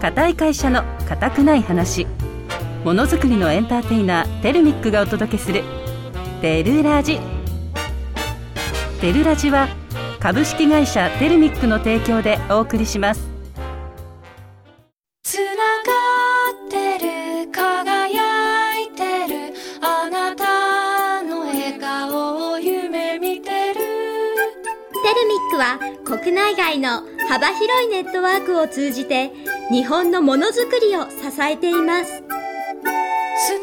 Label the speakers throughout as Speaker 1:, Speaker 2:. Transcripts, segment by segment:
Speaker 1: 固い会社の固くない話ものづくりのエンターテイナーテルミックがお届けする「テルラジ」テルラジは株式会社テルミックの提供でお送りします
Speaker 2: つながってる輝いてるあなたの笑顔を夢見てる
Speaker 3: テルミックは国内外の幅広いネットワークを通じて日本のものづくりを支えています
Speaker 2: 素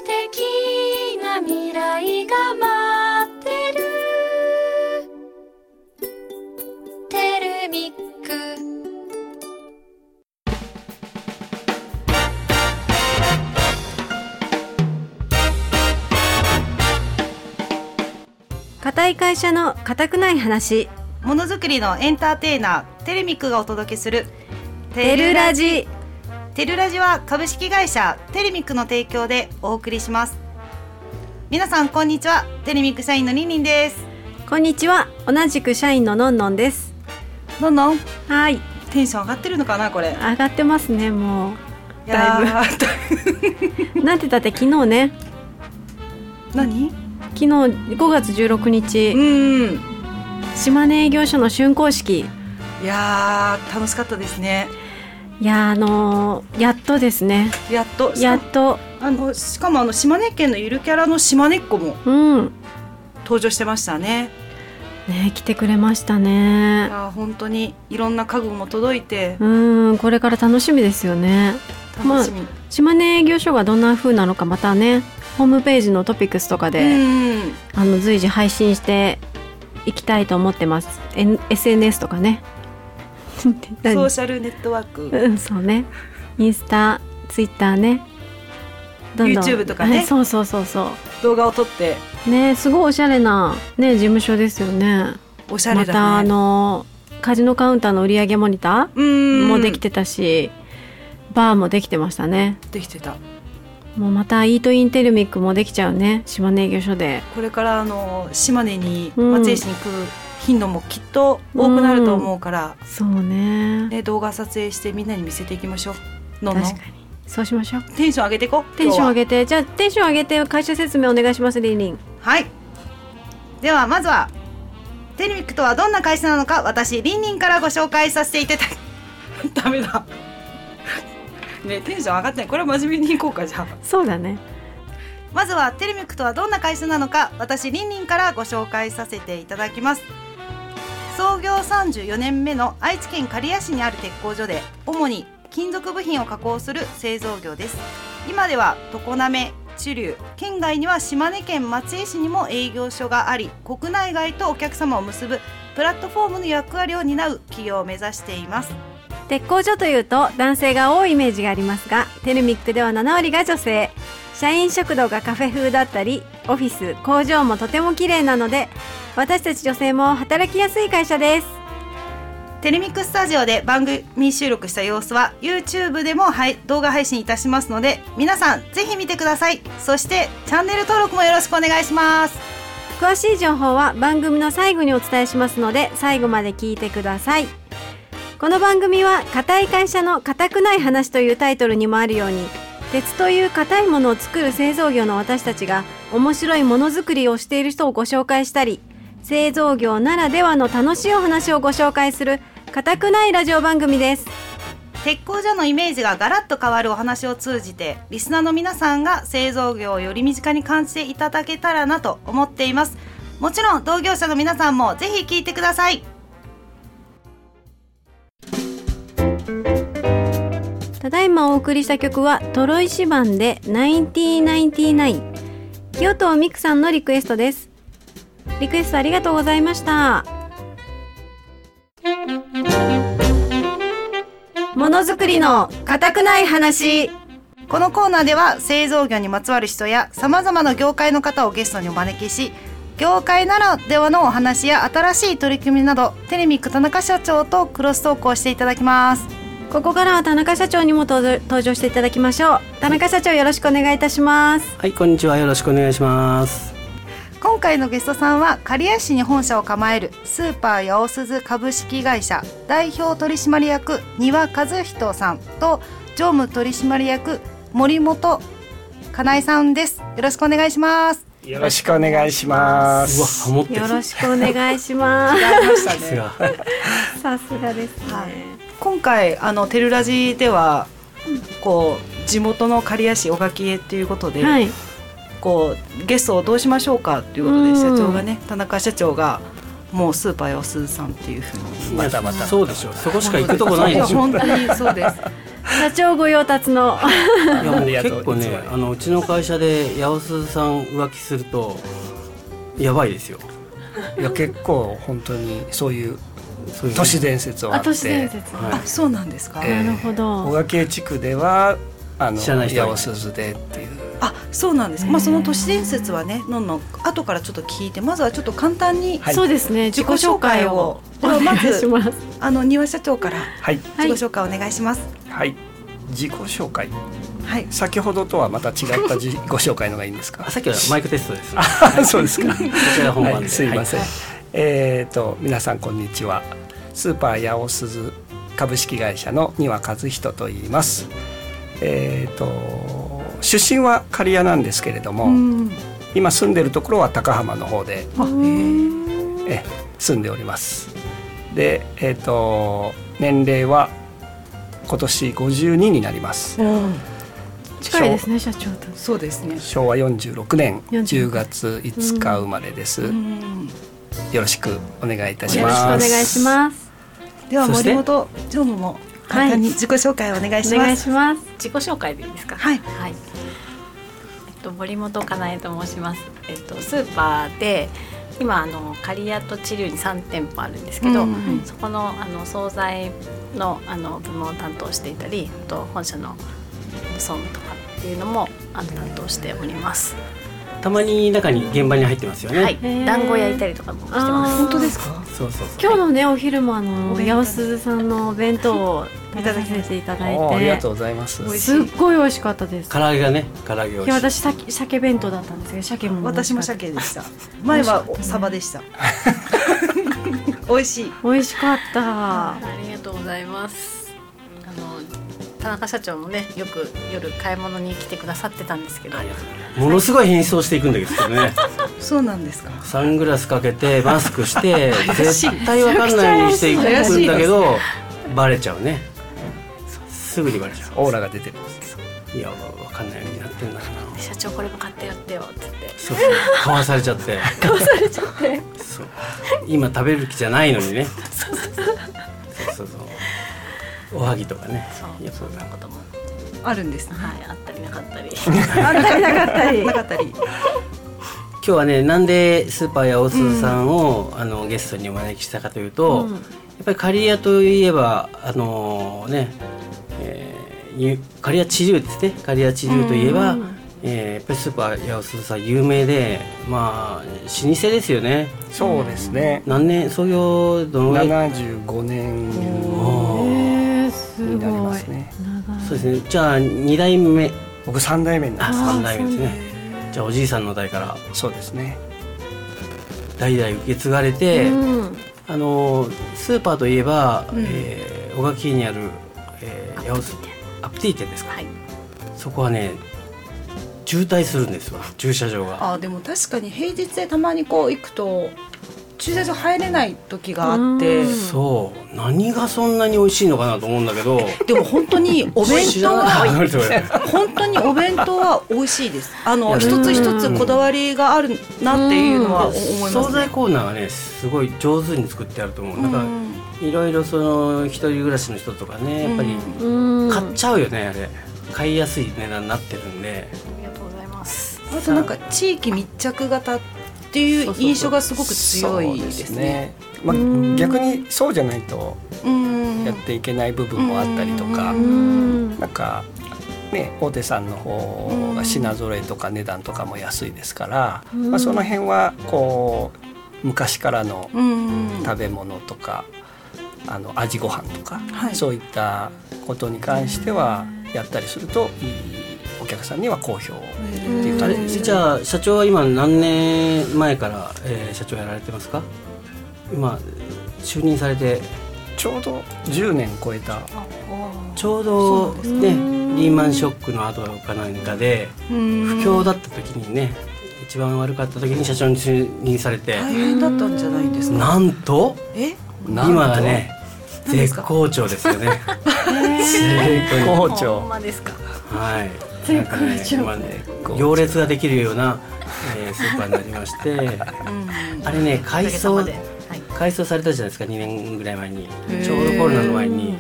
Speaker 2: 敵な未来が待ってるテルミック
Speaker 4: 固い会社の固くない話
Speaker 5: ものづくりのエンターテイナーテルミックがお届けする
Speaker 4: テルラジ
Speaker 5: テルラジは株式会社テルミックの提供でお送りします皆さんこんにちはテルミック社員のりんりんです
Speaker 4: こんにちは同じく社員ののんのんです
Speaker 5: どんどん
Speaker 4: はい
Speaker 5: テンション上がってるのかなこれ
Speaker 4: 上がってますねもだいぶ
Speaker 5: やー
Speaker 4: うなんてだって昨日ね
Speaker 5: 何
Speaker 4: 昨日5月16
Speaker 5: う
Speaker 4: 日
Speaker 5: ん
Speaker 4: 島根営業所の竣工式
Speaker 5: いやー楽しかったですね
Speaker 4: いやーあのーやっとですね
Speaker 5: やっと
Speaker 4: やっと
Speaker 5: あのしかもあの島根県のゆるキャラの島根っ子も
Speaker 4: うん
Speaker 5: 登場してましたね
Speaker 4: ね来てくれました
Speaker 5: い
Speaker 4: ね
Speaker 5: やー本当にいろんな家具も届いて
Speaker 4: うんこれから楽しみですよね
Speaker 5: 楽しみ、
Speaker 4: 島根営業所がどんな風なのかまたねホームページのトピックスとかで、
Speaker 5: うん
Speaker 4: あの随時配信していきたいと思ってます。N- SNS とかね。 何
Speaker 5: ソーシャルネットワーク
Speaker 4: うん、そうね。インスタ、ツイッターね。
Speaker 5: YouTube とかね
Speaker 4: はい そうそうそうそ
Speaker 5: 動画を撮って
Speaker 4: う。ね、すごいおしゃれなね事務所ですよね。
Speaker 5: おしゃれだ
Speaker 4: ま
Speaker 5: ね
Speaker 4: たあのカジノカウンターの売り上げモニタ
Speaker 5: う
Speaker 4: ー
Speaker 5: ん
Speaker 4: もできてたし、バーもできてましたね。
Speaker 5: できてた
Speaker 4: もうまたイートインテルミックもできちゃうね島根営業所で。
Speaker 5: これからあの島根に
Speaker 4: うん
Speaker 5: 松江市に来る頻度もきっと多くなると思うから、
Speaker 4: そうね。
Speaker 5: ね、動画撮影してみんなに見せていきましょうのん
Speaker 4: 確
Speaker 5: の
Speaker 4: かに。そうしましょう。
Speaker 5: テンション上げていこう
Speaker 4: テンション上
Speaker 5: げ
Speaker 4: げてじゃあテンション上げて会社説明お願いしますリンリン
Speaker 5: はいではまずはテレミックとはどんな会社なのか私りんりんからご紹介させていた だきダメだねテンション上がってないこれは真面目にいこうかじゃあ
Speaker 4: そうだね
Speaker 5: まずはテルミックとはどんな会社なのか私りんりんからご紹介させていただきます創業34年目の愛知県刈谷市にある鉄工所で主に金属部品を加工する製造業です今では常滑主流県外には島根県松江市にも営業所があり国内外とお客様を結ぶプラットフォームの役割を担う企業を目指しています
Speaker 4: 鉄工所というと男性が多いイメージがありますがテルミックでは7割が女性社員食堂がカフェ風だったりオフィス工場もとても綺麗なので私たち女性も働きやすい会社です
Speaker 5: テレミックスタジオで番組収録した様子は YouTube でもはい動画配信いたしますので皆さんぜひ見てくださいそしてチャンネル登録もよろしくお願いします
Speaker 4: 詳しい情報は番組の最後にお伝えしますので最後まで聞いてくださいこの番組は「固い会社の固くない話」というタイトルにもあるように鉄という固いものを作る製造業の私たちが面白いものづくりをしている人をご紹介したり製造業ならではの楽しいお話をご紹介する固くないラジオ番組です
Speaker 5: 鉄工所のイメージがガラッと変わるお話を通じてリスナーの皆さんが製造業をより身近に感じていただけたらなと思っていますもちろん同業者の皆さんもぜひ聞いてください
Speaker 4: ただいまお送りした曲はトロイシバンで1999清藤美久さんのリクエストですリクエストありがとうございましたものづくりの固くない話
Speaker 5: このコーナーでは製造業にまつわる人やさまざまな業界の方をゲストにお招きし業界ならではのお話や新しい取り組みなどテレミック田中社長とクロストークをしていただきます
Speaker 4: ここからは田中社長にも登場登場していただきましょう田中社長よろしくお願いいたします
Speaker 6: はい、こんにちは。よろしくお願いします。
Speaker 7: 今回のゲストさんは刈谷市に本社を構えるスーパー八尾鈴株式会社代表取締役丹羽和人さんと常務取締役森本かなえさんですよろしくお願いします
Speaker 8: よろしくお願いしま
Speaker 6: うわ、
Speaker 8: す。
Speaker 6: ハモってる。
Speaker 4: よろしくお願いしま
Speaker 7: ありました
Speaker 6: さすが。
Speaker 4: す。さすがですね。
Speaker 7: はい今回あのテルラジではこう地元の刈谷市小垣へということで、
Speaker 4: はい。
Speaker 7: こうゲストをどうしましょうかということで、
Speaker 4: うん
Speaker 7: 社長がね田中社長がもうスーパーよすずさんっていうふうに
Speaker 8: またまた。
Speaker 6: そうでしょ。そこしか行くとこないでしょ。
Speaker 7: 本当にそうです
Speaker 4: 社長御用達の。
Speaker 6: いやもう
Speaker 8: ありがとう
Speaker 6: 結構
Speaker 8: いつ
Speaker 6: ね
Speaker 8: もね
Speaker 6: あのうちの会社で八百鈴さん浮気するとやばいですよ
Speaker 8: いや結構本当にそういう
Speaker 6: そういう
Speaker 8: 都市伝説をあ
Speaker 4: あ、
Speaker 8: って。
Speaker 4: 都市伝説。
Speaker 6: は
Speaker 7: あそうなんですか、
Speaker 8: ええ
Speaker 4: なるほ
Speaker 8: 小
Speaker 4: ど。
Speaker 8: 垣江地区ではあの
Speaker 6: 知らない人
Speaker 8: 八
Speaker 6: がいる
Speaker 8: 百鈴でっていう。
Speaker 7: あそうなんです、まあ、その都市伝説はねのんのん後からちょっと聞いてまずはちょっと簡単に、
Speaker 8: はい
Speaker 4: そうですね。自己紹介を
Speaker 7: 自己紹
Speaker 4: お
Speaker 7: 介を
Speaker 4: 願いします。
Speaker 7: あの庭社長から
Speaker 8: はい
Speaker 7: 自己紹介お願いします
Speaker 8: はい。自己紹介。
Speaker 7: はい、
Speaker 8: 先ほどとはまた違った 自己紹介のがいいんですか
Speaker 6: あ。さっきはマイクテストですこ
Speaker 8: あ そうです か。
Speaker 6: ちら本番
Speaker 8: は
Speaker 6: で
Speaker 8: い、すいません、
Speaker 6: は
Speaker 8: えっ、と皆さんこんにちはスーパー八百鈴株式会社の丹羽和人と言いますえっ、と出身は刈谷なんですけれども、
Speaker 4: うん。
Speaker 8: 今住んでるところは高浜の方で
Speaker 7: あへ
Speaker 8: え住んでおりますでえっ、と年齢は今年52になります
Speaker 7: え
Speaker 4: 近いですね、社長と。
Speaker 7: そうですね
Speaker 8: 昭和46年10
Speaker 4: 46
Speaker 8: 月5日生まれです、
Speaker 7: うん
Speaker 8: よろしくお願いいたし
Speaker 4: よろ
Speaker 8: ま
Speaker 4: しくお
Speaker 8: す
Speaker 4: 願いします。
Speaker 7: では
Speaker 6: そし
Speaker 7: 森
Speaker 6: て
Speaker 7: 本常務も簡単に自己紹介をお願いし
Speaker 4: お願
Speaker 7: ま
Speaker 4: い
Speaker 7: す。
Speaker 4: します。
Speaker 9: 自己紹介でいいですか。
Speaker 7: はい
Speaker 9: はい。えっと森本かなえと申します。えっとスーパーで今あの刈谷と知立に三店舗あるんですけど、
Speaker 7: うんうん
Speaker 9: そこのあの惣菜のあの部門を担当していたり、あと本社の総務とかっていうのもあの担当しております。
Speaker 6: いたまに中に現場に入ってますよね、
Speaker 9: はい
Speaker 4: ー。
Speaker 9: 団子焼いたりとかもしてます。
Speaker 4: あー本当です
Speaker 9: か。
Speaker 6: そうそうそう
Speaker 4: 今日のね、お昼もあの、
Speaker 7: お
Speaker 4: 八
Speaker 7: 弁当
Speaker 4: 百鈴さんのお弁当 を食べさせていただい
Speaker 8: おーありが
Speaker 4: て
Speaker 8: と。うございます
Speaker 7: 美味し
Speaker 4: すっごい美味しかったです。
Speaker 6: 唐揚げがね唐揚げを
Speaker 4: いや私さき鮭弁当だったんですけど鮭も
Speaker 7: 私も鮭でした。前はおサバで した。美味しい。
Speaker 4: 美味しかった
Speaker 9: ありがとうございます。あの田中社長もねよく夜買い物に来てくださってたんですけど、
Speaker 6: ものすごい変装していくんだけどね
Speaker 7: そうなんですか。
Speaker 6: サングラスかけ てマスクして絶対わかんないようにしていく
Speaker 7: 怪しい
Speaker 6: んだけどバレちゃうねすぐにバレちゃ
Speaker 8: オーラが出てるんです
Speaker 6: ういやわわかんないようになってんだろうな
Speaker 9: 社長これも買ってやってよっつって
Speaker 6: そうそう買わされちゃって買わされちゃってそう今食べる気じゃないのにねそうそうそうおはぎとかね
Speaker 9: そう
Speaker 6: いや
Speaker 9: そんなことも、
Speaker 7: あるんですね。
Speaker 9: はい、あったりなかった り
Speaker 7: あったりなかったり。なかったり。
Speaker 6: 今日はねなんでスーパーやおすさんを、あのゲストにお招きしたかというと、
Speaker 4: うん
Speaker 6: やっぱり刈谷といえばあのね、えーゆ刈谷知立ですね刈谷知立といえば、
Speaker 4: うん
Speaker 6: えーやっぱりスーパーやおすさん有名でまあ老舗ですよね
Speaker 8: そうですね。
Speaker 6: 何年創業どのぐらい
Speaker 8: 七十五年
Speaker 4: へえすごい
Speaker 8: になりますね。
Speaker 6: そうですね。じゃあ二代目、
Speaker 8: 僕三代目になり
Speaker 6: あ
Speaker 8: ます。
Speaker 6: 三代目ですね。じゃあおじいさんの代から
Speaker 8: そうですね。
Speaker 6: 代々受け継がれて、
Speaker 4: うん
Speaker 6: あのスーパーといえば、
Speaker 7: うん
Speaker 6: えー小垣にある、えー、八百
Speaker 9: 店
Speaker 6: アップティー店ですか。
Speaker 9: はい
Speaker 6: そこはね渋滞するんですわ駐車場が。
Speaker 7: あでも確かに平日でたまにこう行くと駐車場入れない時があって
Speaker 4: う。ん
Speaker 6: そう何がそんなに美味しいのかなと思うんだけど。
Speaker 7: でも本当に お弁
Speaker 6: 知
Speaker 7: 当
Speaker 6: らなかった
Speaker 7: は
Speaker 6: それ
Speaker 7: 本当にお弁当は美味しいです。あの
Speaker 6: いや
Speaker 7: 一つ一つこだわりがあるなっていうのは思いま
Speaker 6: 惣
Speaker 7: すね
Speaker 6: 菜。コーナーがねすごい上手に作ってあると思う。なんかいろいろその一人暮らしの人とかねやっぱり。
Speaker 7: うん
Speaker 4: うん
Speaker 6: 買っちゃうよねあれ買いやすい値段になってるんで
Speaker 9: ありがとうございます
Speaker 7: あとなんか地域密着型っていう印象がすごく強いですね。
Speaker 8: そうですね。ま
Speaker 4: ん
Speaker 8: あ逆にそうじゃないと
Speaker 7: うん
Speaker 8: やっていけない部分もあったりとか
Speaker 7: う、
Speaker 4: うん
Speaker 8: なんかね大手さんの方が品揃えとか値段とかも安いですから、
Speaker 4: うん
Speaker 8: まあその辺はこう昔からの
Speaker 7: うん
Speaker 8: 食べ物とかあの味ご飯とか、
Speaker 7: はい
Speaker 8: そういったことに関してはやったりするといいお客さんには好評
Speaker 7: え
Speaker 6: あれじゃあ社長は今何年前から、えー社長やられてますか今就任されて
Speaker 8: ちょうど10年超えた
Speaker 6: ちょうど
Speaker 7: そう
Speaker 6: ねリーマンショックの後かなんかで不況だった時にね一番悪かった時に社長に就任されて
Speaker 7: 大変だったんじゃないですか
Speaker 6: なんと
Speaker 7: え
Speaker 6: 今はね
Speaker 7: 何です
Speaker 6: 絶
Speaker 7: か
Speaker 6: 好調ですよね
Speaker 8: 校
Speaker 6: 絶好
Speaker 9: あほん
Speaker 8: 長
Speaker 9: まですか
Speaker 6: はい絶好調今ね行列ができるような、えースーパーになりましてあれね改
Speaker 9: お
Speaker 6: 装
Speaker 9: かげさまではい
Speaker 6: 改装されたじゃないですか2年ぐらい前にちょうどコロナの前に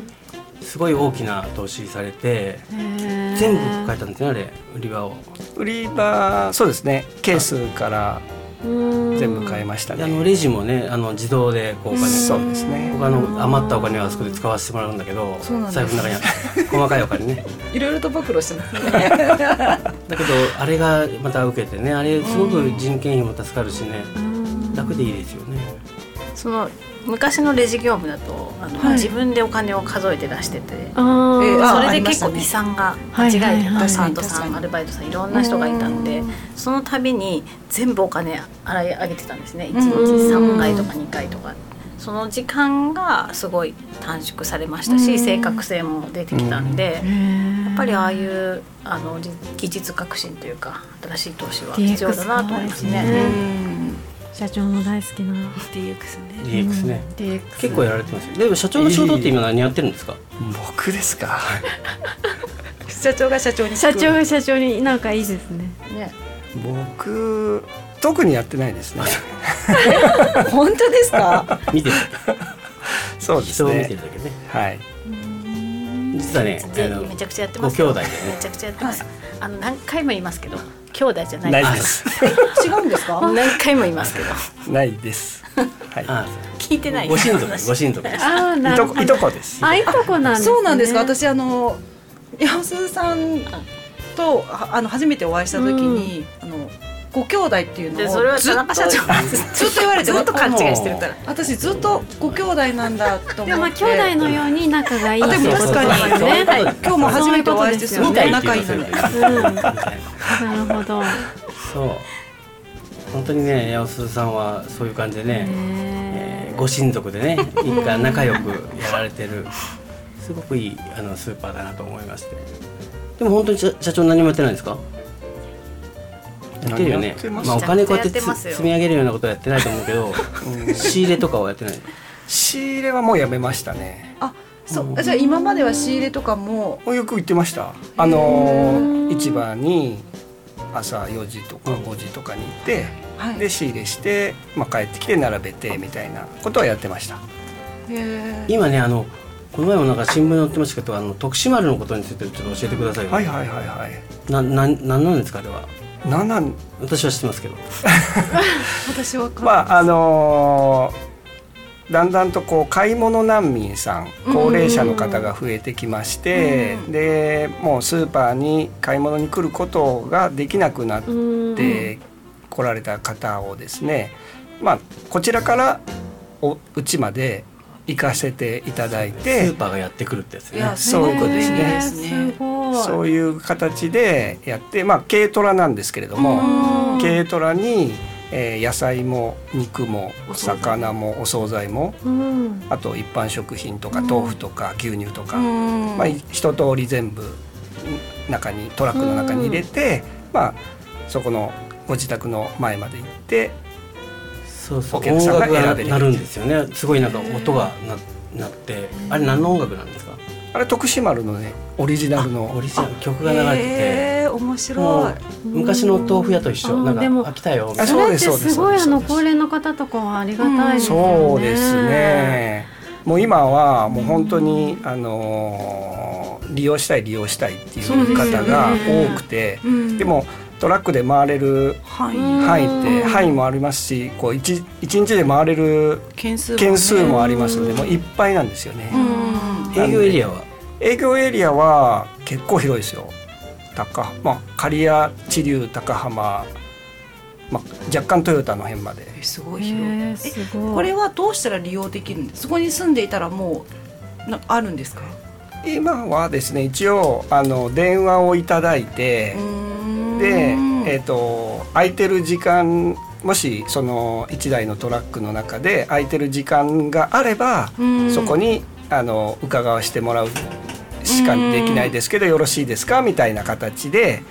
Speaker 6: すごい大きな投資されて全部変えたんですよねあれ売り場を
Speaker 8: 売り場そうですねケースから全部買いました
Speaker 6: で
Speaker 8: ね
Speaker 6: あのレジもねあの自動でこうお金
Speaker 8: そうですね
Speaker 6: 他の余ったお金はあそこで使わせてもらうんだけど
Speaker 7: そうなんです
Speaker 6: 財布の中にある細かいお金ね
Speaker 7: いろいろと暴露してますね
Speaker 6: だけどあれがまた受けてねあれすごく人件費も助かるしね楽でいいですよね
Speaker 9: その昔のレジ業務だとあの、
Speaker 7: はい
Speaker 9: 自分でお金を数えて出してて
Speaker 7: え
Speaker 4: あ
Speaker 7: ーあ
Speaker 4: ー
Speaker 9: そ
Speaker 7: り
Speaker 9: れで
Speaker 7: まし
Speaker 9: 結
Speaker 7: たね
Speaker 9: 構遺産が間
Speaker 4: はいはいは
Speaker 9: 違
Speaker 4: い
Speaker 9: えてパー
Speaker 7: 確
Speaker 9: ト
Speaker 7: か
Speaker 9: さ
Speaker 7: に
Speaker 9: んアルバイトさんいろんな人がいたんでその度に全部お金洗い上げてたんですね1日3回とか2回とかその時間がすごい短縮されましたし正確性も出てきたんでやっぱりああいうあの技技術革新というか新しい投資は必要だなと思いますね。
Speaker 4: 社長の大好きな
Speaker 7: DX ね
Speaker 6: DX ね結構やられてますよでも社長の仕事って今何やってるんですか
Speaker 8: 僕ですか
Speaker 7: 社長が社長に
Speaker 4: 社長が社長になんかいいですね
Speaker 9: ね
Speaker 8: 僕特にやってない ですね
Speaker 7: 本当ですか
Speaker 6: 見てる
Speaker 8: そうです
Speaker 6: 人を見
Speaker 8: ね
Speaker 6: てるだけね
Speaker 8: はい
Speaker 6: 実はね
Speaker 9: ぜ
Speaker 6: あの
Speaker 9: ひめちゃくちゃやってます
Speaker 6: ご兄弟でね
Speaker 9: めちゃくちゃやってます、あの何回も言います けど兄弟じゃない
Speaker 8: ない
Speaker 9: あ
Speaker 8: です
Speaker 7: 違うんですか
Speaker 9: 何回も言いますけど
Speaker 8: ない ですはい
Speaker 6: あ
Speaker 9: 聞いてない
Speaker 6: ご親族
Speaker 9: 話
Speaker 6: ご親族です
Speaker 4: ああ
Speaker 8: い
Speaker 4: なる
Speaker 8: と
Speaker 4: ほ
Speaker 8: こ
Speaker 4: ど
Speaker 8: いとこです
Speaker 4: あいとこなんですね
Speaker 7: そうなんですか私あの八スさんとああの初めてお会いした時に、あのご兄弟っていうの
Speaker 9: でそれ
Speaker 7: を
Speaker 9: は
Speaker 7: ずっ
Speaker 9: 田
Speaker 7: と
Speaker 9: 中社長がずっ
Speaker 7: ずっと言われて
Speaker 9: とずっと勘違いしてるから
Speaker 7: 私ずっとご兄弟なんだと思って
Speaker 4: でもまあ兄弟のように仲がいいっ
Speaker 7: で
Speaker 4: て
Speaker 7: も
Speaker 4: こ
Speaker 7: 確
Speaker 4: と
Speaker 7: かに
Speaker 4: ですね
Speaker 6: そうそう
Speaker 7: 今日も初めてお会いしてす
Speaker 4: そう
Speaker 7: ご
Speaker 6: 見
Speaker 7: く
Speaker 6: たいって
Speaker 7: 仲
Speaker 6: 言
Speaker 7: い
Speaker 6: っ
Speaker 7: い
Speaker 6: て
Speaker 7: の
Speaker 6: る
Speaker 7: に
Speaker 6: みたい
Speaker 4: うん
Speaker 6: な
Speaker 4: なるほど
Speaker 6: そう本当にね八百さんはそういう感じでね、えーご親族でね一家仲良くやられてるすごくいいあのスーパーだなと思いましてでも本当に社社長何もやってないんですかやって
Speaker 8: 何
Speaker 6: るよ
Speaker 8: や
Speaker 6: ね
Speaker 8: ってます
Speaker 6: あお金こうやって
Speaker 9: やって
Speaker 6: つ
Speaker 9: ますよ
Speaker 6: 積み上げるようなことはやってないと思うけど仕入れとかはやってない
Speaker 8: 仕入れはもうやめましたね
Speaker 7: あそうじゃあ今までは仕入れとかも
Speaker 8: よく行ってましたあのー市場に朝4時とか5時とかに行って、
Speaker 7: はい
Speaker 8: で仕入れして、まあ、帰ってきて並べてみたいなことはやってました
Speaker 7: へー
Speaker 6: 今ねあのこの前もなんか新聞に載ってましたけどあの徳島丸のことについてちょっと教えてくださいよ、
Speaker 8: はいはいはいはい
Speaker 6: なななんなんですかあれは
Speaker 8: なんなん
Speaker 6: 私は知ってますけど
Speaker 7: 私はか、
Speaker 8: まああのーだんだんとこう買い物難民さん高齢者の方が増えてきまして、でもうスーパーに買い物に来ることができなくなっ
Speaker 4: うん
Speaker 8: て来られた方をですね、まあ、こちらからおうちまで行かせていただい
Speaker 6: ス
Speaker 8: て
Speaker 6: ーパーがやってくるってやつ
Speaker 7: い
Speaker 6: ね
Speaker 7: や
Speaker 8: そういうことですね
Speaker 7: 便利
Speaker 4: えー
Speaker 7: ですね
Speaker 4: すごい
Speaker 8: そういう形でやって、まあ、軽トラなんですけれども。
Speaker 4: うん
Speaker 8: 軽トラに、えー野菜も肉も
Speaker 7: お惣菜
Speaker 8: 魚もお惣菜も
Speaker 4: うん
Speaker 8: あと一般食品とか豆腐とか牛乳とか、
Speaker 7: うん
Speaker 8: まあ、い一通り全部ん中にトラックの中に入れて、まあ、そこのご自宅の前まで行って
Speaker 6: そうそう
Speaker 8: お客さんが選べる
Speaker 6: 音楽がなるんですよねすごいなんか音がななってあれ何の音楽なんですか
Speaker 8: あれ徳島丸のねオリジナルの
Speaker 6: オリジナル曲が流れて
Speaker 7: へー面
Speaker 6: ても
Speaker 7: 白
Speaker 6: う昔のお豆腐屋と一緒
Speaker 4: うん
Speaker 6: なんか
Speaker 4: でも
Speaker 6: 飽きたよみたい
Speaker 8: あ
Speaker 6: な
Speaker 8: そ
Speaker 4: そうう
Speaker 8: で
Speaker 4: ですす
Speaker 8: そうです
Speaker 4: すごいあ
Speaker 8: そう
Speaker 4: の
Speaker 8: です
Speaker 4: 高齢の方とかはありがたいですよね、
Speaker 8: そうですねもう今はもう本当に、あのー利用したい利用したいっていう方が多くて
Speaker 7: い、うん
Speaker 8: でもトラックで回れる
Speaker 7: はい、
Speaker 4: うん
Speaker 8: 範囲って範囲もありますしこう 1, 一日で回れる
Speaker 7: 件数もね
Speaker 8: 件数もありますのでもういっぱいなんですよね、
Speaker 7: うん
Speaker 6: 営業エリアは
Speaker 8: 営業エリアは結構広いですよ高まあ刈谷知立高浜、まあ、若干トヨタの辺まで
Speaker 7: えすごい広い、
Speaker 4: へーすごい
Speaker 7: これはどうしたら利用できるんですかそこに住んでいたらもうなあるんですか
Speaker 8: 今はですね一応あの電話をいただいてで、えっと空いてる時間もしその1台のトラックの中で空いてる時間があればそこにあの伺わしてもらうしかできないですけどよろしいですかみたいな形で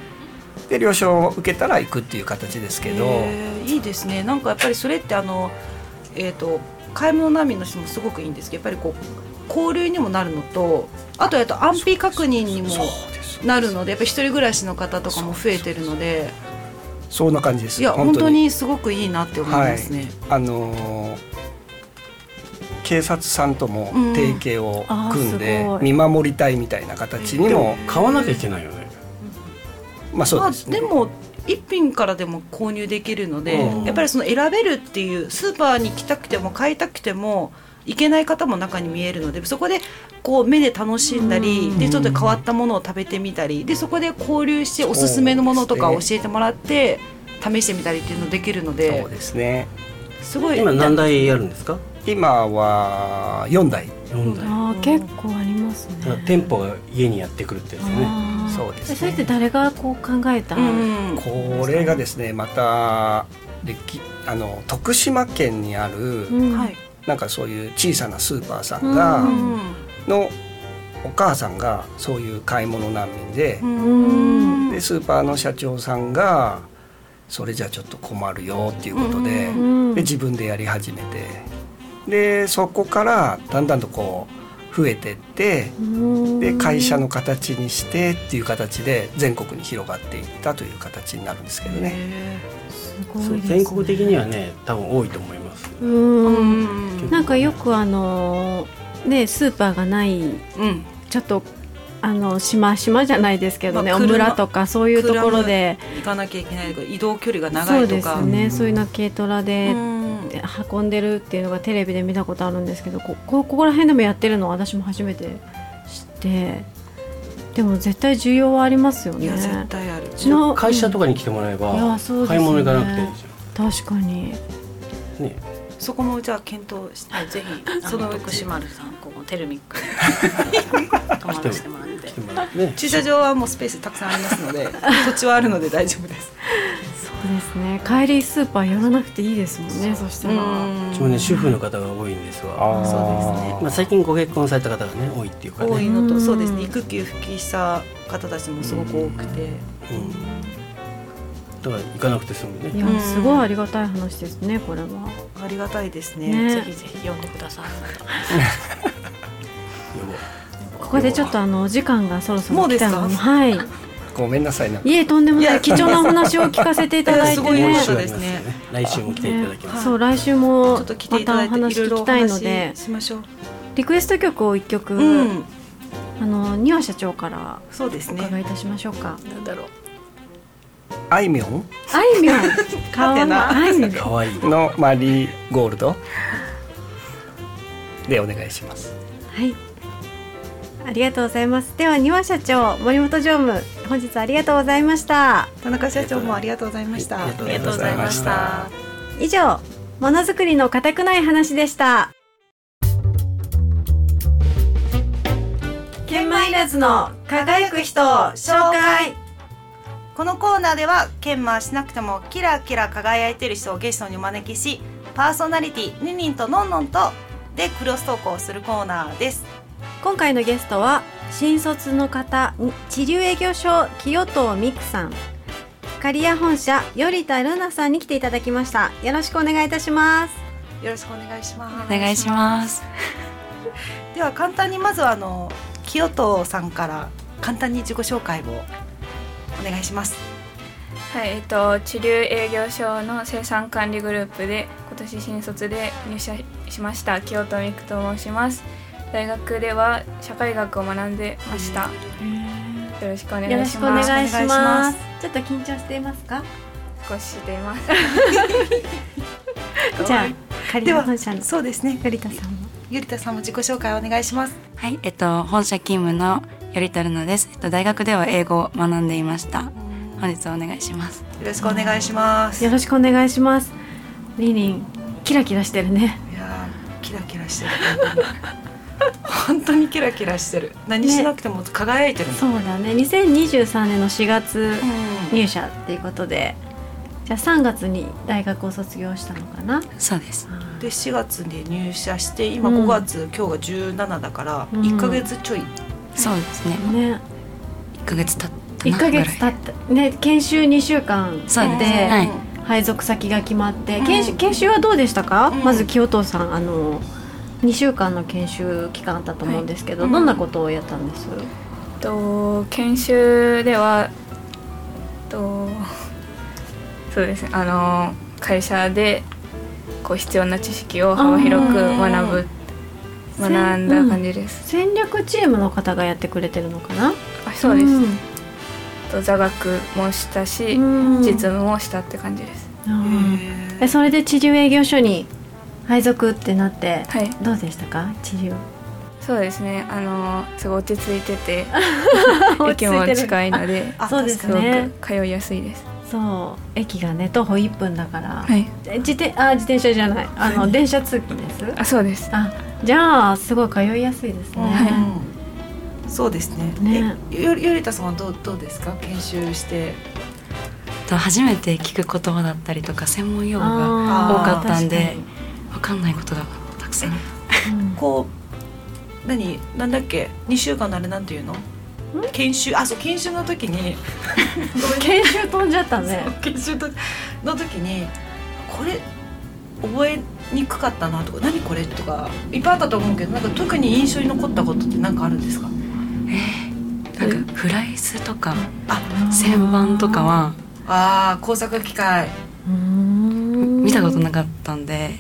Speaker 8: で了承を受けたら行くっていう形ですけど。
Speaker 7: えーいいですねなんかやっぱりそれってあのえっ、と買い物難民の人もすごくいいんですけどやっぱりこう交流にもなるのとあとやっと安否確認にもなるのでやっぱり一人暮らしの方とかも増えてるので
Speaker 8: そんな感じです
Speaker 7: いや本当にすごくいいなって思いますね。
Speaker 8: あのー警察さんとも提携を組んで
Speaker 4: うんあーすごい
Speaker 8: 見守りたいみたいな形に
Speaker 6: で
Speaker 8: も
Speaker 6: も、買わなきゃいけないよね
Speaker 8: まあそう
Speaker 7: まあ
Speaker 8: ですね
Speaker 7: でも一品からでも購入できるので、
Speaker 6: うん
Speaker 7: やっぱりその選べるっていうスーパーに来たくても買いたくても行けない方も中に見えるのでそこでこう目で楽しんだり、でちょっと変わったものを食べてみたりでそこで交流しておすすめのものとか
Speaker 8: そう
Speaker 7: 教
Speaker 8: です
Speaker 7: えてもらって試してみたりっていうのできるので
Speaker 8: そうですね
Speaker 7: すごい
Speaker 6: 今何台やるんですか
Speaker 8: 今は4台
Speaker 6: 4台
Speaker 4: あー結構あります
Speaker 6: だから
Speaker 4: ね。
Speaker 6: 店舗が家にやってくるってやつね
Speaker 4: あー
Speaker 8: そうですね
Speaker 4: えそれって誰がこう考えた？
Speaker 7: うん
Speaker 8: これがですねまた歴あの徳島県にある、
Speaker 4: うん
Speaker 7: はい、
Speaker 8: なんかそういう小さなスーパーさんが、
Speaker 4: うん
Speaker 8: のお母さんがそういう買い物難民で,、
Speaker 4: ん
Speaker 8: でスーパーの社長さんがそれじゃちょっと困るよっていうことで,、
Speaker 7: う
Speaker 4: うん
Speaker 8: で自分でやり始めてでそこからだんだんとこう増えてって
Speaker 4: うん
Speaker 8: で会社の形にしてっていう形で全国に広がっていったという形になるんですけどね。
Speaker 4: すごいです
Speaker 6: そう
Speaker 4: ね
Speaker 6: 全国的にはね多分多いと思います
Speaker 4: うん。
Speaker 7: うん
Speaker 4: なんかよくあのーねスーパーがない
Speaker 7: うん
Speaker 4: ちょっとあの島島じゃないですけどね、
Speaker 7: まあ
Speaker 4: お
Speaker 7: 車
Speaker 4: 村とかそういうところで
Speaker 7: 行かなきゃいけないとか移動距離が長
Speaker 4: そう
Speaker 7: いと
Speaker 4: です
Speaker 7: か。
Speaker 4: ねそういうな軽トラで
Speaker 7: うん
Speaker 4: 運んでるっていうのがテレビで見たことあるんですけどここここら辺でもやってるの私も初めて知ってでも絶対需要はありますよ
Speaker 7: い
Speaker 4: ね
Speaker 7: や絶対ある。
Speaker 4: の
Speaker 6: 会社とかに来てもらえば、
Speaker 4: いやそうです
Speaker 6: 買
Speaker 4: ね
Speaker 6: い物行かなくていいじ
Speaker 4: 確かに
Speaker 6: ゃんね
Speaker 7: そこもじゃあ検討して
Speaker 9: はいぜひ
Speaker 7: そ
Speaker 9: そ
Speaker 7: の
Speaker 9: の
Speaker 7: うち
Speaker 9: 徳島るさんここテルミックに泊まらせてもらっ て
Speaker 6: 来てもらってね
Speaker 7: 駐車場はもうスペースたくさんありますので土地はあるので大丈夫です。
Speaker 4: そうですね帰りスーパーやらなくていいですもんねそしたら
Speaker 6: うちもね主婦の方が多いんですわ
Speaker 7: そうですね
Speaker 6: まあ、最近ご結婚された方がね多いっていうか
Speaker 7: 多い
Speaker 6: ね、
Speaker 7: の
Speaker 4: うん
Speaker 7: とそうですね育休復帰した方たちもすごく多くて、
Speaker 6: うん、だから行かなくて済む
Speaker 4: い
Speaker 6: ね
Speaker 4: や
Speaker 7: うん
Speaker 4: すごいありがたい話ですねこれは
Speaker 7: ありがたいですね。
Speaker 4: ね
Speaker 9: ぜひぜひ読んでください
Speaker 4: ここでちょっとあのお時間がそろそろ来た
Speaker 7: も
Speaker 4: の
Speaker 7: うですか
Speaker 4: はい
Speaker 8: ごめんなさいなんか
Speaker 4: いえとんでも
Speaker 7: い
Speaker 4: ない
Speaker 7: や
Speaker 4: 貴重なお話を聞かせていただいて
Speaker 7: いや
Speaker 4: ね
Speaker 7: すごいですね
Speaker 6: 来週も来ていただきます、
Speaker 4: そう来週
Speaker 7: ち
Speaker 4: も
Speaker 7: ょっと来て
Speaker 4: ま
Speaker 7: いた
Speaker 4: た
Speaker 7: だ
Speaker 4: お
Speaker 7: いて、
Speaker 4: 話
Speaker 7: いろいろ
Speaker 4: 聞
Speaker 7: お
Speaker 4: きたいので
Speaker 7: 話ししましょう。
Speaker 4: リクエスト曲を一曲、
Speaker 7: うん、
Speaker 4: あの丹羽社長から
Speaker 7: そうです
Speaker 4: お
Speaker 7: ね。
Speaker 4: 伺いいたしましょうか。
Speaker 9: なんだろう
Speaker 8: あいみょん
Speaker 4: あ いみょん、顔の
Speaker 7: な
Speaker 4: あいみょん。
Speaker 6: かわいい
Speaker 8: のマリーゴール ドでお願いします。
Speaker 4: はい。ありがとうございます。では丹羽社長、森本常務、本日はありがとうございました。
Speaker 7: 田中社長もありがとうございました。
Speaker 6: ありがとう
Speaker 9: ありがとうございまし
Speaker 8: ありがとうござい
Speaker 9: た
Speaker 4: 以上、ものづくりの固くない話でした。研磨いらずの輝く人紹介。
Speaker 7: このコーナーでは研磨しなくてもキラキラ輝いてる人をゲストにお招きしパーソナリティニニンとノンノンとでクロストークをするコーナーです
Speaker 4: 今回のゲストは新卒の方地流営業所清藤美久さん刈谷本社頼田ルナさんに来ていただきましたよろしくお願いいたします
Speaker 7: よろしくお願いします
Speaker 9: お願いします
Speaker 7: すでは簡単にまずはあの清藤さんから簡単に自己紹介をお願いします
Speaker 10: はい、えっと、地流営業所の生産管理グループで今年新卒で入社しました清戸美久と申します大学では社会学を学んでましたよろしくお願いします
Speaker 4: よろしくお願いします
Speaker 7: お願いします
Speaker 4: ちょっと緊張していますか
Speaker 10: 少ししています
Speaker 4: じゃあ刈
Speaker 7: で
Speaker 4: 谷
Speaker 7: は
Speaker 4: 本社の
Speaker 7: そうですね
Speaker 4: 頼田さんも
Speaker 7: ゆりたさんも自己紹介お願いします
Speaker 11: はい、えっと、本社勤務のよりたるのです。えっと、大学では英語を学んでいました。本日はお願いします。
Speaker 7: よろしくお願いします
Speaker 4: よろしくお願いしますりりんキラキラしてるね
Speaker 7: いやーキラキラしてる本当にキラキラしてる何しなくても輝いてるの、
Speaker 4: そうだね2023年の4月入社っていうことで、じゃあ3月に大学を卒業したのかな
Speaker 11: そうです
Speaker 7: で4月に入社して今
Speaker 4: うん
Speaker 7: 5月、今日が17だから
Speaker 4: うん
Speaker 7: 1か月ちょい、
Speaker 11: そうですね
Speaker 4: ね
Speaker 11: 1ヶ月経った
Speaker 4: 1
Speaker 11: なぐら
Speaker 4: か
Speaker 11: い
Speaker 4: 月経ってね研修2週間
Speaker 11: そう
Speaker 4: 経っ
Speaker 11: で
Speaker 4: て、
Speaker 11: すねはい
Speaker 4: 配属先が決まって、研修研修はどうでしたか、まず清藤さんあの2週間の研修期間あったと思うんですけど、
Speaker 10: はい
Speaker 4: どんなことをやったんです、
Speaker 10: と研修ではとそうですねあの会社でこう必要な知識を幅広く学ぶ
Speaker 4: う
Speaker 10: 学
Speaker 4: ん
Speaker 10: んだ感じです、
Speaker 4: 戦略チームの方がやってくれてるのかな
Speaker 10: あそうです、
Speaker 4: ん
Speaker 10: と座学もしたし、
Speaker 4: うん
Speaker 10: 実務もしたって感じです
Speaker 4: うんえそれで地流営業所に配属ってなって
Speaker 10: はい
Speaker 4: どうでしたか地流
Speaker 10: そうですねあのすごい落ち着いて て
Speaker 4: 落ち着いて
Speaker 10: 駅
Speaker 4: る
Speaker 10: も近いので
Speaker 4: あそうです
Speaker 10: すご
Speaker 4: ね
Speaker 10: く通いやすいです
Speaker 4: そう駅がね徒歩1分だから、
Speaker 10: はい
Speaker 4: え自転あ自転車じゃないあの電車通勤です
Speaker 10: あそうです
Speaker 4: あじゃあすごい通いやすいです
Speaker 7: うん
Speaker 4: ね、
Speaker 7: そうですね
Speaker 4: ね
Speaker 7: えよよりたさんはどうどうですか研修して
Speaker 11: と初めて聞く言葉だったりとか専門用語が
Speaker 4: あー
Speaker 11: 多かったんで
Speaker 4: 確
Speaker 11: 分かんないことがたくさん
Speaker 4: かにうん
Speaker 7: こう何なんだっけ2週間のあれなんていうの研修あそう研修の時に
Speaker 4: 研修飛んじゃったね
Speaker 7: 研修との時にこれ覚えにくかったなとか何これとかいっぱいあったと思うけどなんか特に印象に残ったことって何かあるんですか
Speaker 11: なんかフライスとか
Speaker 7: あ
Speaker 11: 旋盤とかは
Speaker 7: あー工作機械
Speaker 4: うーん
Speaker 11: 見たことなかったんで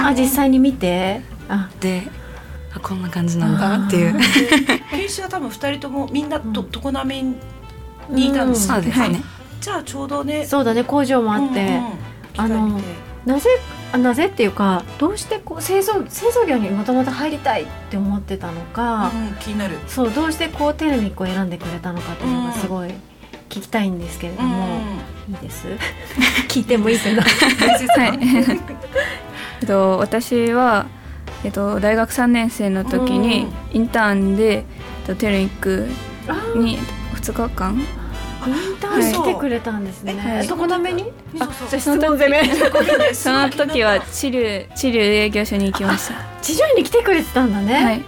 Speaker 4: あ実際に見てあ
Speaker 11: であこんな感じなんだっていう
Speaker 7: 研修は多分2人ともみんなと
Speaker 4: うん
Speaker 7: 常滑にいたんです
Speaker 11: そうですね
Speaker 7: じゃあちょうどね
Speaker 4: そうだね工場もあって、
Speaker 7: うんうん
Speaker 4: あの
Speaker 7: 機械って
Speaker 4: なぜあなぜっていうかどうしてこう製造製造業にもともと入りたいって思ってたのか、
Speaker 7: うん気になる
Speaker 4: そうどうしてこうテレミックを選んでくれたのかっていうのがすごい聞きたいんですけれども、いいです 聞いてもいいけど
Speaker 10: はい、 えっと私は、えっと、大学3年生の時にインターンで、えっと、テルニック
Speaker 4: あー
Speaker 10: に2日間
Speaker 4: インターン来てくれたんですね、
Speaker 10: はい
Speaker 4: えどこの目に
Speaker 7: そうそう
Speaker 4: あ質問攻め
Speaker 10: その時はチルチル営業所に行きました
Speaker 4: 地上に来てくれてたんだね、
Speaker 10: はい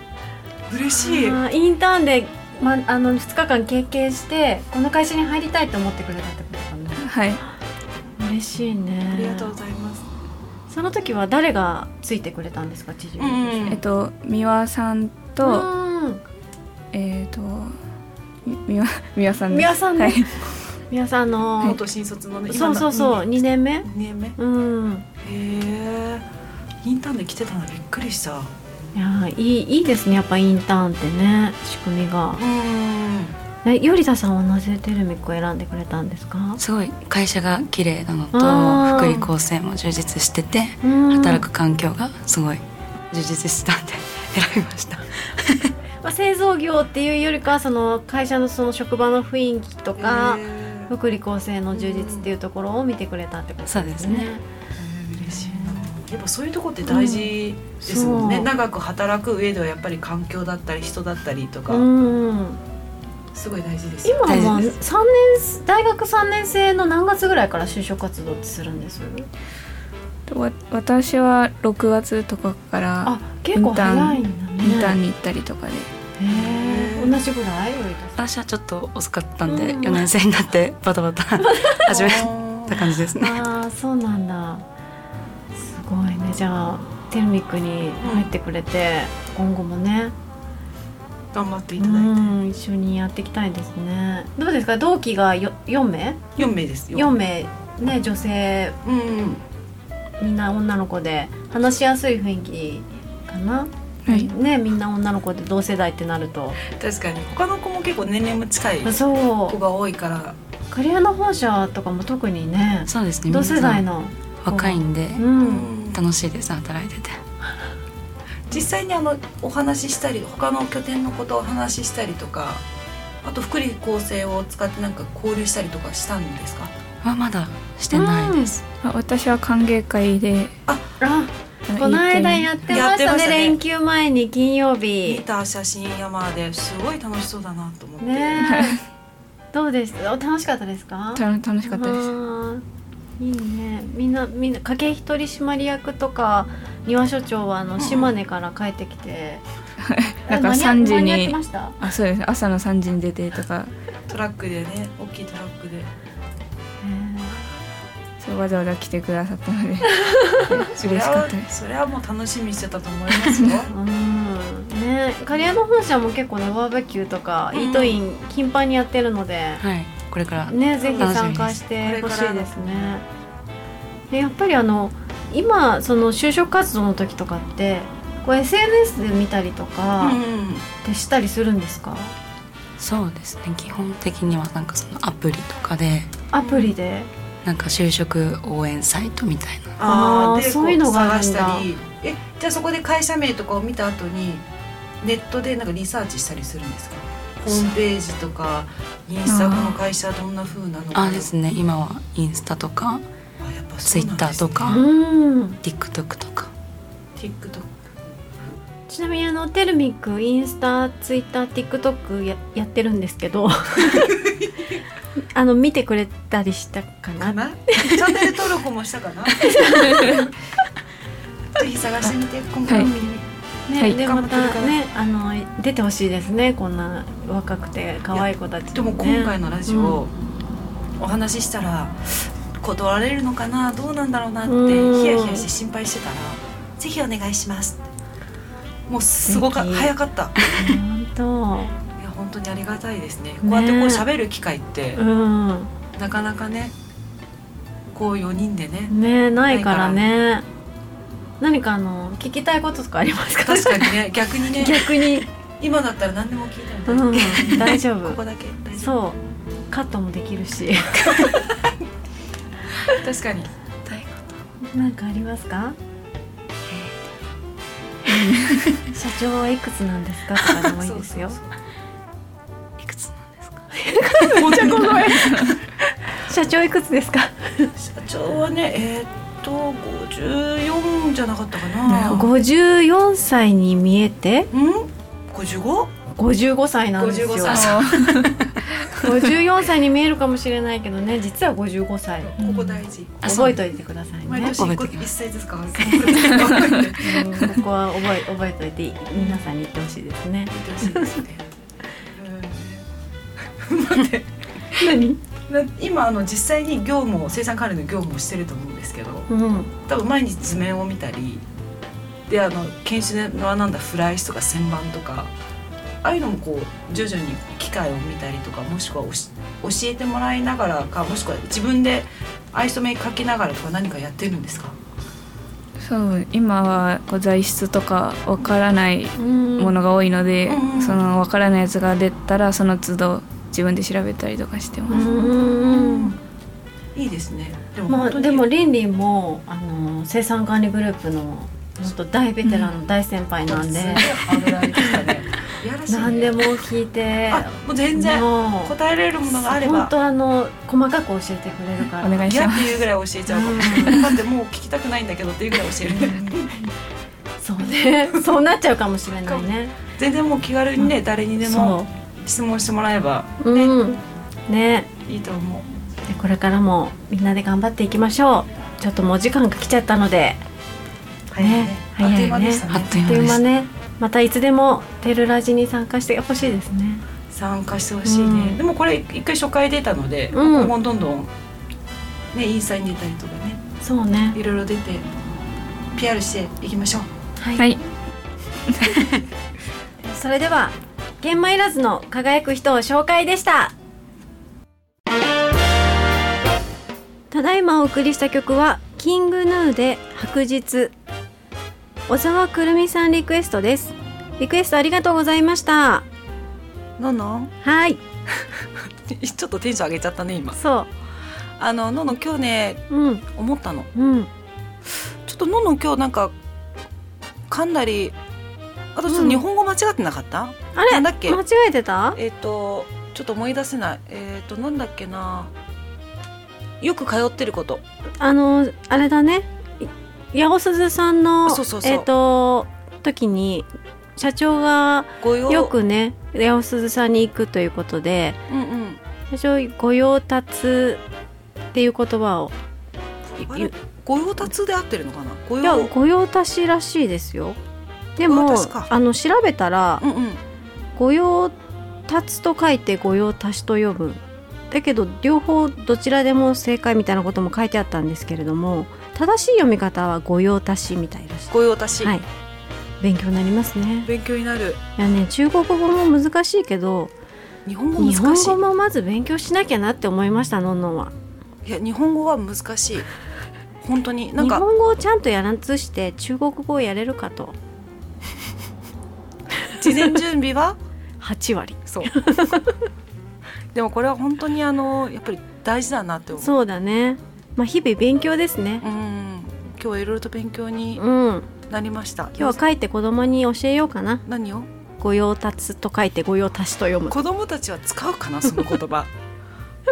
Speaker 7: 嬉しい
Speaker 4: あーインターンで、ま、あの2日間経験してこの会社に入りたいと思ってくれたってことかな
Speaker 10: はい
Speaker 4: 嬉しいね
Speaker 7: ありがとうございます
Speaker 4: その時は誰がついてくれたんですか知事、
Speaker 10: えっと美輪さんと
Speaker 4: うん
Speaker 10: えっとみ美輪美輪さんです
Speaker 4: 美輪さんね
Speaker 10: はい
Speaker 4: 皆さんあの、
Speaker 7: 元新卒のね
Speaker 4: そうそうそう2年目
Speaker 7: 2年目へ
Speaker 4: うん
Speaker 7: えインターンで来てたのびっくりした
Speaker 4: いやーいいいいですねやっぱインターンってね仕組みが
Speaker 7: うん
Speaker 4: えよりたさんはなぜテルミックを選んでくれたんですか
Speaker 11: すごい会社が綺麗なの
Speaker 4: あー
Speaker 11: と福利厚生も充実してて働
Speaker 4: 働
Speaker 11: く環境がすごい充実したんで 選びました
Speaker 4: まあ、製造業っていうよりかはその会社のその職場の雰囲気とか
Speaker 7: へえ
Speaker 4: 福利厚生の充実っていうところを見てくれたってことです
Speaker 11: そ
Speaker 4: ね
Speaker 11: うですね
Speaker 7: 嬉しいなやっぱそういうとこって大事ですもんね、
Speaker 4: そう
Speaker 7: 長く働く上ではやっぱり環境だったり人だったりとか、
Speaker 4: うん
Speaker 7: すごい大事ですよ
Speaker 4: 今は
Speaker 11: 大事で
Speaker 4: 三年大学三年生の何月ぐらいから就職活動ってするんです
Speaker 10: とわ私は6月とかから
Speaker 4: あ結構早いんだね
Speaker 10: インターンに行ったりとかで
Speaker 4: へー同じぐらいよりた
Speaker 11: 私
Speaker 4: さん
Speaker 11: はちょっと遅かったん
Speaker 4: う
Speaker 11: で
Speaker 4: ん
Speaker 11: 4年生になってバタバタ始めた感じですね
Speaker 4: ああそうなんだすごいねじゃあテルミックに入ってくれて、今後もね
Speaker 7: 頑張っていうただいて、
Speaker 4: ん一緒にやっていきたいですねどうですか同期がよ四名
Speaker 7: 4名ですよ
Speaker 4: 四名ね女性
Speaker 7: うん
Speaker 4: みんな女の子で話しやすい雰囲気かな、
Speaker 10: はい
Speaker 4: ねみんな女の子で同世代ってなると
Speaker 7: 確かに他の子も結構年齢も近い
Speaker 4: そ
Speaker 7: 子
Speaker 4: う
Speaker 7: が多いから
Speaker 4: カリアの本社とかも特にね
Speaker 11: そうですね
Speaker 4: 同世代
Speaker 11: 皆
Speaker 4: の
Speaker 11: さん若いんで
Speaker 4: うん
Speaker 11: 楽しいです働いてて
Speaker 7: 実際にあのお話ししたり他の拠点のことをお話ししたりとかあと福利厚生を使ってなんか交流したりとかしたんですか
Speaker 11: はまだしてないです
Speaker 10: あ私は歓迎会で
Speaker 4: あこの間やってました
Speaker 7: やってま
Speaker 4: ね
Speaker 7: したね
Speaker 4: 連休前に金曜日
Speaker 7: 見た写真山ですごい楽しそうだなと思って、
Speaker 4: ねえどうでしたお楽しかったですか
Speaker 10: た楽しかったです
Speaker 4: あーいいねみんなみんな家計取締役とか庭所長はあの島根から帰ってきて、
Speaker 10: なんか
Speaker 4: え間に合
Speaker 10: 3時
Speaker 4: 間に合って
Speaker 10: に
Speaker 4: ました
Speaker 10: あそうです朝の3時に出てとか
Speaker 7: トラックでね大きいトラックで
Speaker 10: そうわざわざ来てくださったの で
Speaker 7: そ
Speaker 10: 嬉
Speaker 7: れ
Speaker 10: しかった
Speaker 7: は
Speaker 10: です
Speaker 7: それはもう楽しみにしてたと思いますよ
Speaker 4: うんねカリアの本社も結構ねバーベキューとか、
Speaker 7: うん
Speaker 4: イートイン頻繁にやってるので、
Speaker 11: はいこれから
Speaker 4: ねぜひ参加してほしいですねでやっぱりあの今その就職活動の時とかってこう SNS で見たりと か
Speaker 7: うん
Speaker 4: ってしたりするんですか、
Speaker 11: そうですね基本的にはなんかそのアプリとかで
Speaker 4: アプリで
Speaker 11: なんか就職応援サイトみたいな
Speaker 7: あ
Speaker 4: あ
Speaker 7: あ
Speaker 4: ー
Speaker 7: で
Speaker 4: そういうのがあるんだ
Speaker 7: こ探したりえじゃあそこで会社名とかを見た後にネットでなんかリサーチしたりするんですかホームページとかインスタ
Speaker 10: あ
Speaker 7: こ
Speaker 10: ー
Speaker 7: の会社どんな風なのか
Speaker 11: あですね今はインスタとか
Speaker 7: あやっぱ
Speaker 11: ツ
Speaker 7: そ
Speaker 11: イ
Speaker 7: うな
Speaker 11: ッ
Speaker 7: んで
Speaker 11: タ
Speaker 7: す
Speaker 11: ー
Speaker 7: ね
Speaker 11: とか
Speaker 4: うん
Speaker 11: TikTok とか
Speaker 7: TikTok
Speaker 4: ちなみにあのテルミックインスタツイッター TikTok ややってるんですけ どあの見てくれたりしたかな
Speaker 7: かなチャンネル登録もしたかなぜひ探してみて今回も見に
Speaker 4: ね、
Speaker 10: はい
Speaker 4: で
Speaker 7: 頑張
Speaker 4: ま
Speaker 7: ってるか
Speaker 4: た
Speaker 7: ら
Speaker 4: ねあの出てほしいですねこんな若くて可愛い子たち
Speaker 7: でも
Speaker 4: ね
Speaker 7: 今回のラジオ、お話ししたら断られるのかなどうなんだろうなって
Speaker 4: うん
Speaker 7: ヒヤヒヤして心配してたら「ぜひお願いします」もうすごか
Speaker 4: 素敵
Speaker 7: 早かった
Speaker 4: 本
Speaker 7: いや本当にありがたいですねこうやってこう喋る機会って
Speaker 4: 当うん
Speaker 7: なかなかねこう4人でね
Speaker 4: ねないからね何かあの聞きたいこととかありますか
Speaker 7: 確かに ね逆にね
Speaker 4: 逆に、
Speaker 7: 今だったら何でも聞いたみたいな、
Speaker 4: うん、大丈
Speaker 7: ここ
Speaker 4: 夫
Speaker 7: だけ大丈夫
Speaker 4: そうカットもできるし
Speaker 7: 確かに
Speaker 4: なんかありますか社長はいくつなんですかとかでもいいですよ
Speaker 11: いくつなんですか
Speaker 4: 社長いくつですか
Speaker 7: 社長はねえーっと54じゃなかったかな、
Speaker 4: 54歳に見えて
Speaker 7: うん 55?
Speaker 4: 55歳なんですよ
Speaker 7: 55歳
Speaker 4: 54歳に見えるかもしれないけどね実は55歳
Speaker 7: ここ大事
Speaker 11: あそう
Speaker 4: 覚えといてください
Speaker 7: 毎
Speaker 4: ね、
Speaker 7: 年一個
Speaker 11: 覚えてき
Speaker 7: 一歳ずつ変わる
Speaker 4: うんここは覚え覚えといて皆さんに言ってほしいですね何
Speaker 7: な今あの実際に業務を生産管理の業務をしてると思うんですけど
Speaker 4: うん
Speaker 7: 多分毎日図面を見たりであの研修で学んだフライスとか旋盤とかああいうのもこう徐々に機械を見たりとかもしくはおし教えてもらいながらかもしくは自分で愛想目描きながらとか何かやってるんですか
Speaker 10: そう今はこう材質とかわからないものが多いので、
Speaker 7: うんうん
Speaker 10: そのわからないやつが出たらその都度自分で調べたりとかして
Speaker 4: う
Speaker 10: ます、
Speaker 4: ん
Speaker 7: いいですねでも
Speaker 4: ま
Speaker 7: 本
Speaker 4: あ
Speaker 7: 当に
Speaker 4: でもリンリンもあの生産管理グループの本当大ベテランの大先輩なんで、
Speaker 7: 油絵でしたねいやらしいね
Speaker 4: 何でも聞いて
Speaker 7: あもう全然
Speaker 4: もう
Speaker 7: 答えれるものがあれば
Speaker 4: 本当あの細かく教えてくれるから
Speaker 10: お願いし
Speaker 7: 嫌
Speaker 10: ま
Speaker 7: っ
Speaker 10: す
Speaker 7: ていうぐらい教えちゃうかもだってもう聞きたくないんだけどっていうぐらい教える
Speaker 4: そうね そうなっちゃうかもしれないね
Speaker 7: 全然もう気軽にね誰にでも
Speaker 4: そ
Speaker 7: 質問してもらえば
Speaker 4: ううんね
Speaker 7: いいと思う
Speaker 4: でこれからもみんなで頑張っていきましょうちょっともうお時間が来ちゃったので
Speaker 7: 早いねあっという間でした
Speaker 11: あ
Speaker 7: ね
Speaker 11: っと
Speaker 4: あ
Speaker 11: い
Speaker 4: っ
Speaker 11: う
Speaker 4: と
Speaker 11: 間
Speaker 4: いう
Speaker 11: で
Speaker 4: 間
Speaker 11: す、
Speaker 4: ねまたいつでもテルラジに参加してほしいですね
Speaker 7: 参加してほしいね、
Speaker 4: うん
Speaker 7: でもこれ一回初回出たので、
Speaker 4: うん
Speaker 7: 今後どんどんねインスタに出たりとかね
Speaker 4: そうね
Speaker 7: いろいろ出て PR していきましょう
Speaker 10: はい
Speaker 4: それでは玄米いらずの輝く人を紹介でしたただいまお送りした曲はキングヌーで白日小沢くるみさんリクエストですリクエストありがとうございました
Speaker 7: のんのん
Speaker 4: は い
Speaker 7: ちょっとテンション上げちゃったね今
Speaker 4: そ
Speaker 7: あののんのん今日ね
Speaker 4: ううん
Speaker 7: 思ったの
Speaker 4: うん
Speaker 7: ちょっとのんのん今日なんか噛んだりあとちょっと日本語間違ってなかった、
Speaker 4: あれ
Speaker 7: なんだっけ
Speaker 4: 間違えてた
Speaker 7: えっ、とちょっと思い出せないえっ、となんだっけなよく通ってること
Speaker 4: あのあれだねい八尾鈴さんの
Speaker 7: そうそうそう
Speaker 4: えっ、と時に社長が
Speaker 7: ご用
Speaker 4: よくね八尾鈴さんに行くということで
Speaker 7: うんうん
Speaker 4: 社長御用達っていう言葉を
Speaker 7: あ
Speaker 4: い
Speaker 7: れご用達で合ってるのかなご
Speaker 4: いや
Speaker 7: 用
Speaker 4: 御用達らしいですよで
Speaker 7: 御
Speaker 4: も
Speaker 7: 用達か
Speaker 4: あの調べたら
Speaker 7: うんうん
Speaker 4: 御用達と書いて御用達と呼ぶだけど両方どちらでも正解みたいなことも書いてあったんですけれども正しい読み方は御用達みたいです
Speaker 7: ご用達、
Speaker 4: はい勉強になりますね
Speaker 7: 勉強になる
Speaker 4: いやね中国語も難しいけど
Speaker 7: 日本語難
Speaker 4: 日
Speaker 7: しい
Speaker 4: 本語もまず勉強しなきゃなって思いましたのんのんはい
Speaker 7: や日本語は難しい本当になん
Speaker 4: 日
Speaker 7: か
Speaker 4: 本語をちゃんとやらずして中国語をやれるかと
Speaker 7: 事前準備は
Speaker 4: 8割
Speaker 7: そうでもこれは本当にあのやっぱり大事だなって思う
Speaker 4: そうだねまあ日々勉強ですね
Speaker 7: うん今日はいろいろと勉強に
Speaker 4: うん
Speaker 7: なりました、
Speaker 4: 今日は書いて子供に教えようかな
Speaker 7: 何を
Speaker 4: 御用達と書いて御用達と読む
Speaker 7: 子供たちは使うかなその言 葉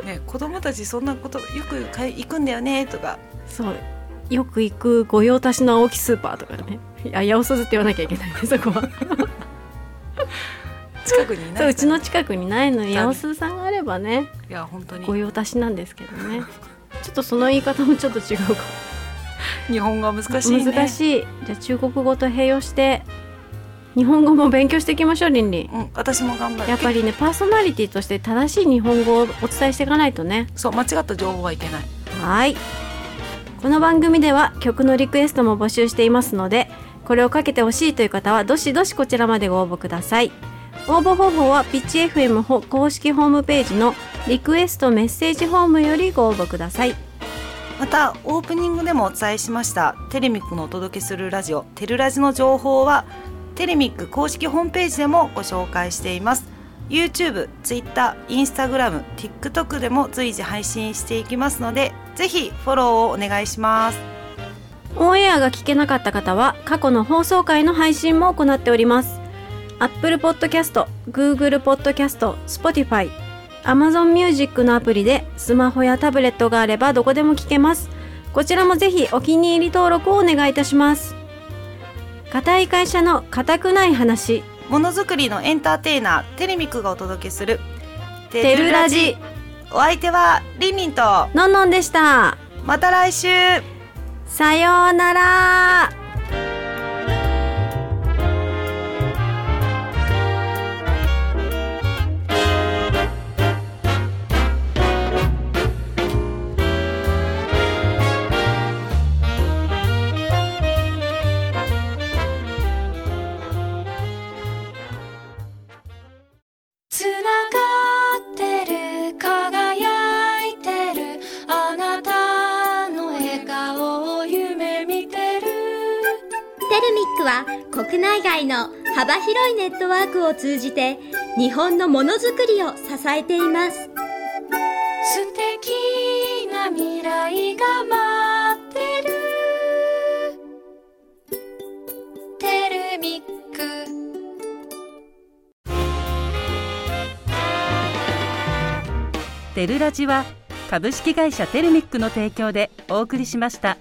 Speaker 7: ね子供たちそんなことよくかい行くんだよねとか
Speaker 4: そうよく行く御用達の青木スーパーとかねいや八百鈴って言わなきゃいけないねそこ は
Speaker 7: 近くにいない
Speaker 4: そううちの近くにないの
Speaker 7: 残
Speaker 4: に
Speaker 7: 念
Speaker 4: 八百鈴さんがあればね
Speaker 7: いや本当に
Speaker 4: 御用達なんですけどねちょっとその言い方もちょっと違うかも
Speaker 7: 日本語は難しいね
Speaker 4: 難しいじゃあ中国語と併用して日本語も勉強していきましょうりんりん
Speaker 7: うん、私も頑張る
Speaker 4: やっぱりねパーソナリティとして正しい日本語をお伝えしていかないとね
Speaker 7: そう間違った情報はいけない
Speaker 4: はいこの番組では曲のリクエストも募集していますのでこれをかけてほしいという方はどしどしこちらまでご応募ください応募方法はピッチ FM ほ公式ホームページのリクエストメッセージフォームよりご応募ください
Speaker 7: またオープニングでもお伝えしましたテレミックのお届けするラジオテルラジの情報はテレミック公式ホームページでもご紹介しています YouTube、Twitter、Instagram、TikTok でも随時配信していきますのでぜひフォローをお願いします
Speaker 4: オンエアが聞けなかった方は過去の放送回の配信も行っております Apple Podcast、Google Podcast、Spotify、Amazon Music のアプリでスマホやタブレットがあればどこでも聞けますこちらもぜひお気に入り登録をお願いいたします固い会社の固くない話
Speaker 7: ものづくりのエンターテイナーテレミックがお届けする
Speaker 4: テルラジ
Speaker 7: お相手はリンリンと
Speaker 4: のんのんでした
Speaker 7: また来週
Speaker 4: さようなら
Speaker 2: つながってる輝いてるあなたの笑顔を夢見てる
Speaker 3: テルミックは国内外の幅広いネットワークを通じて日本のものづくりを支えています
Speaker 2: 素敵な未来が待ってるテルミック
Speaker 1: テルラジは株式会社テルミックの提供でお送りしました。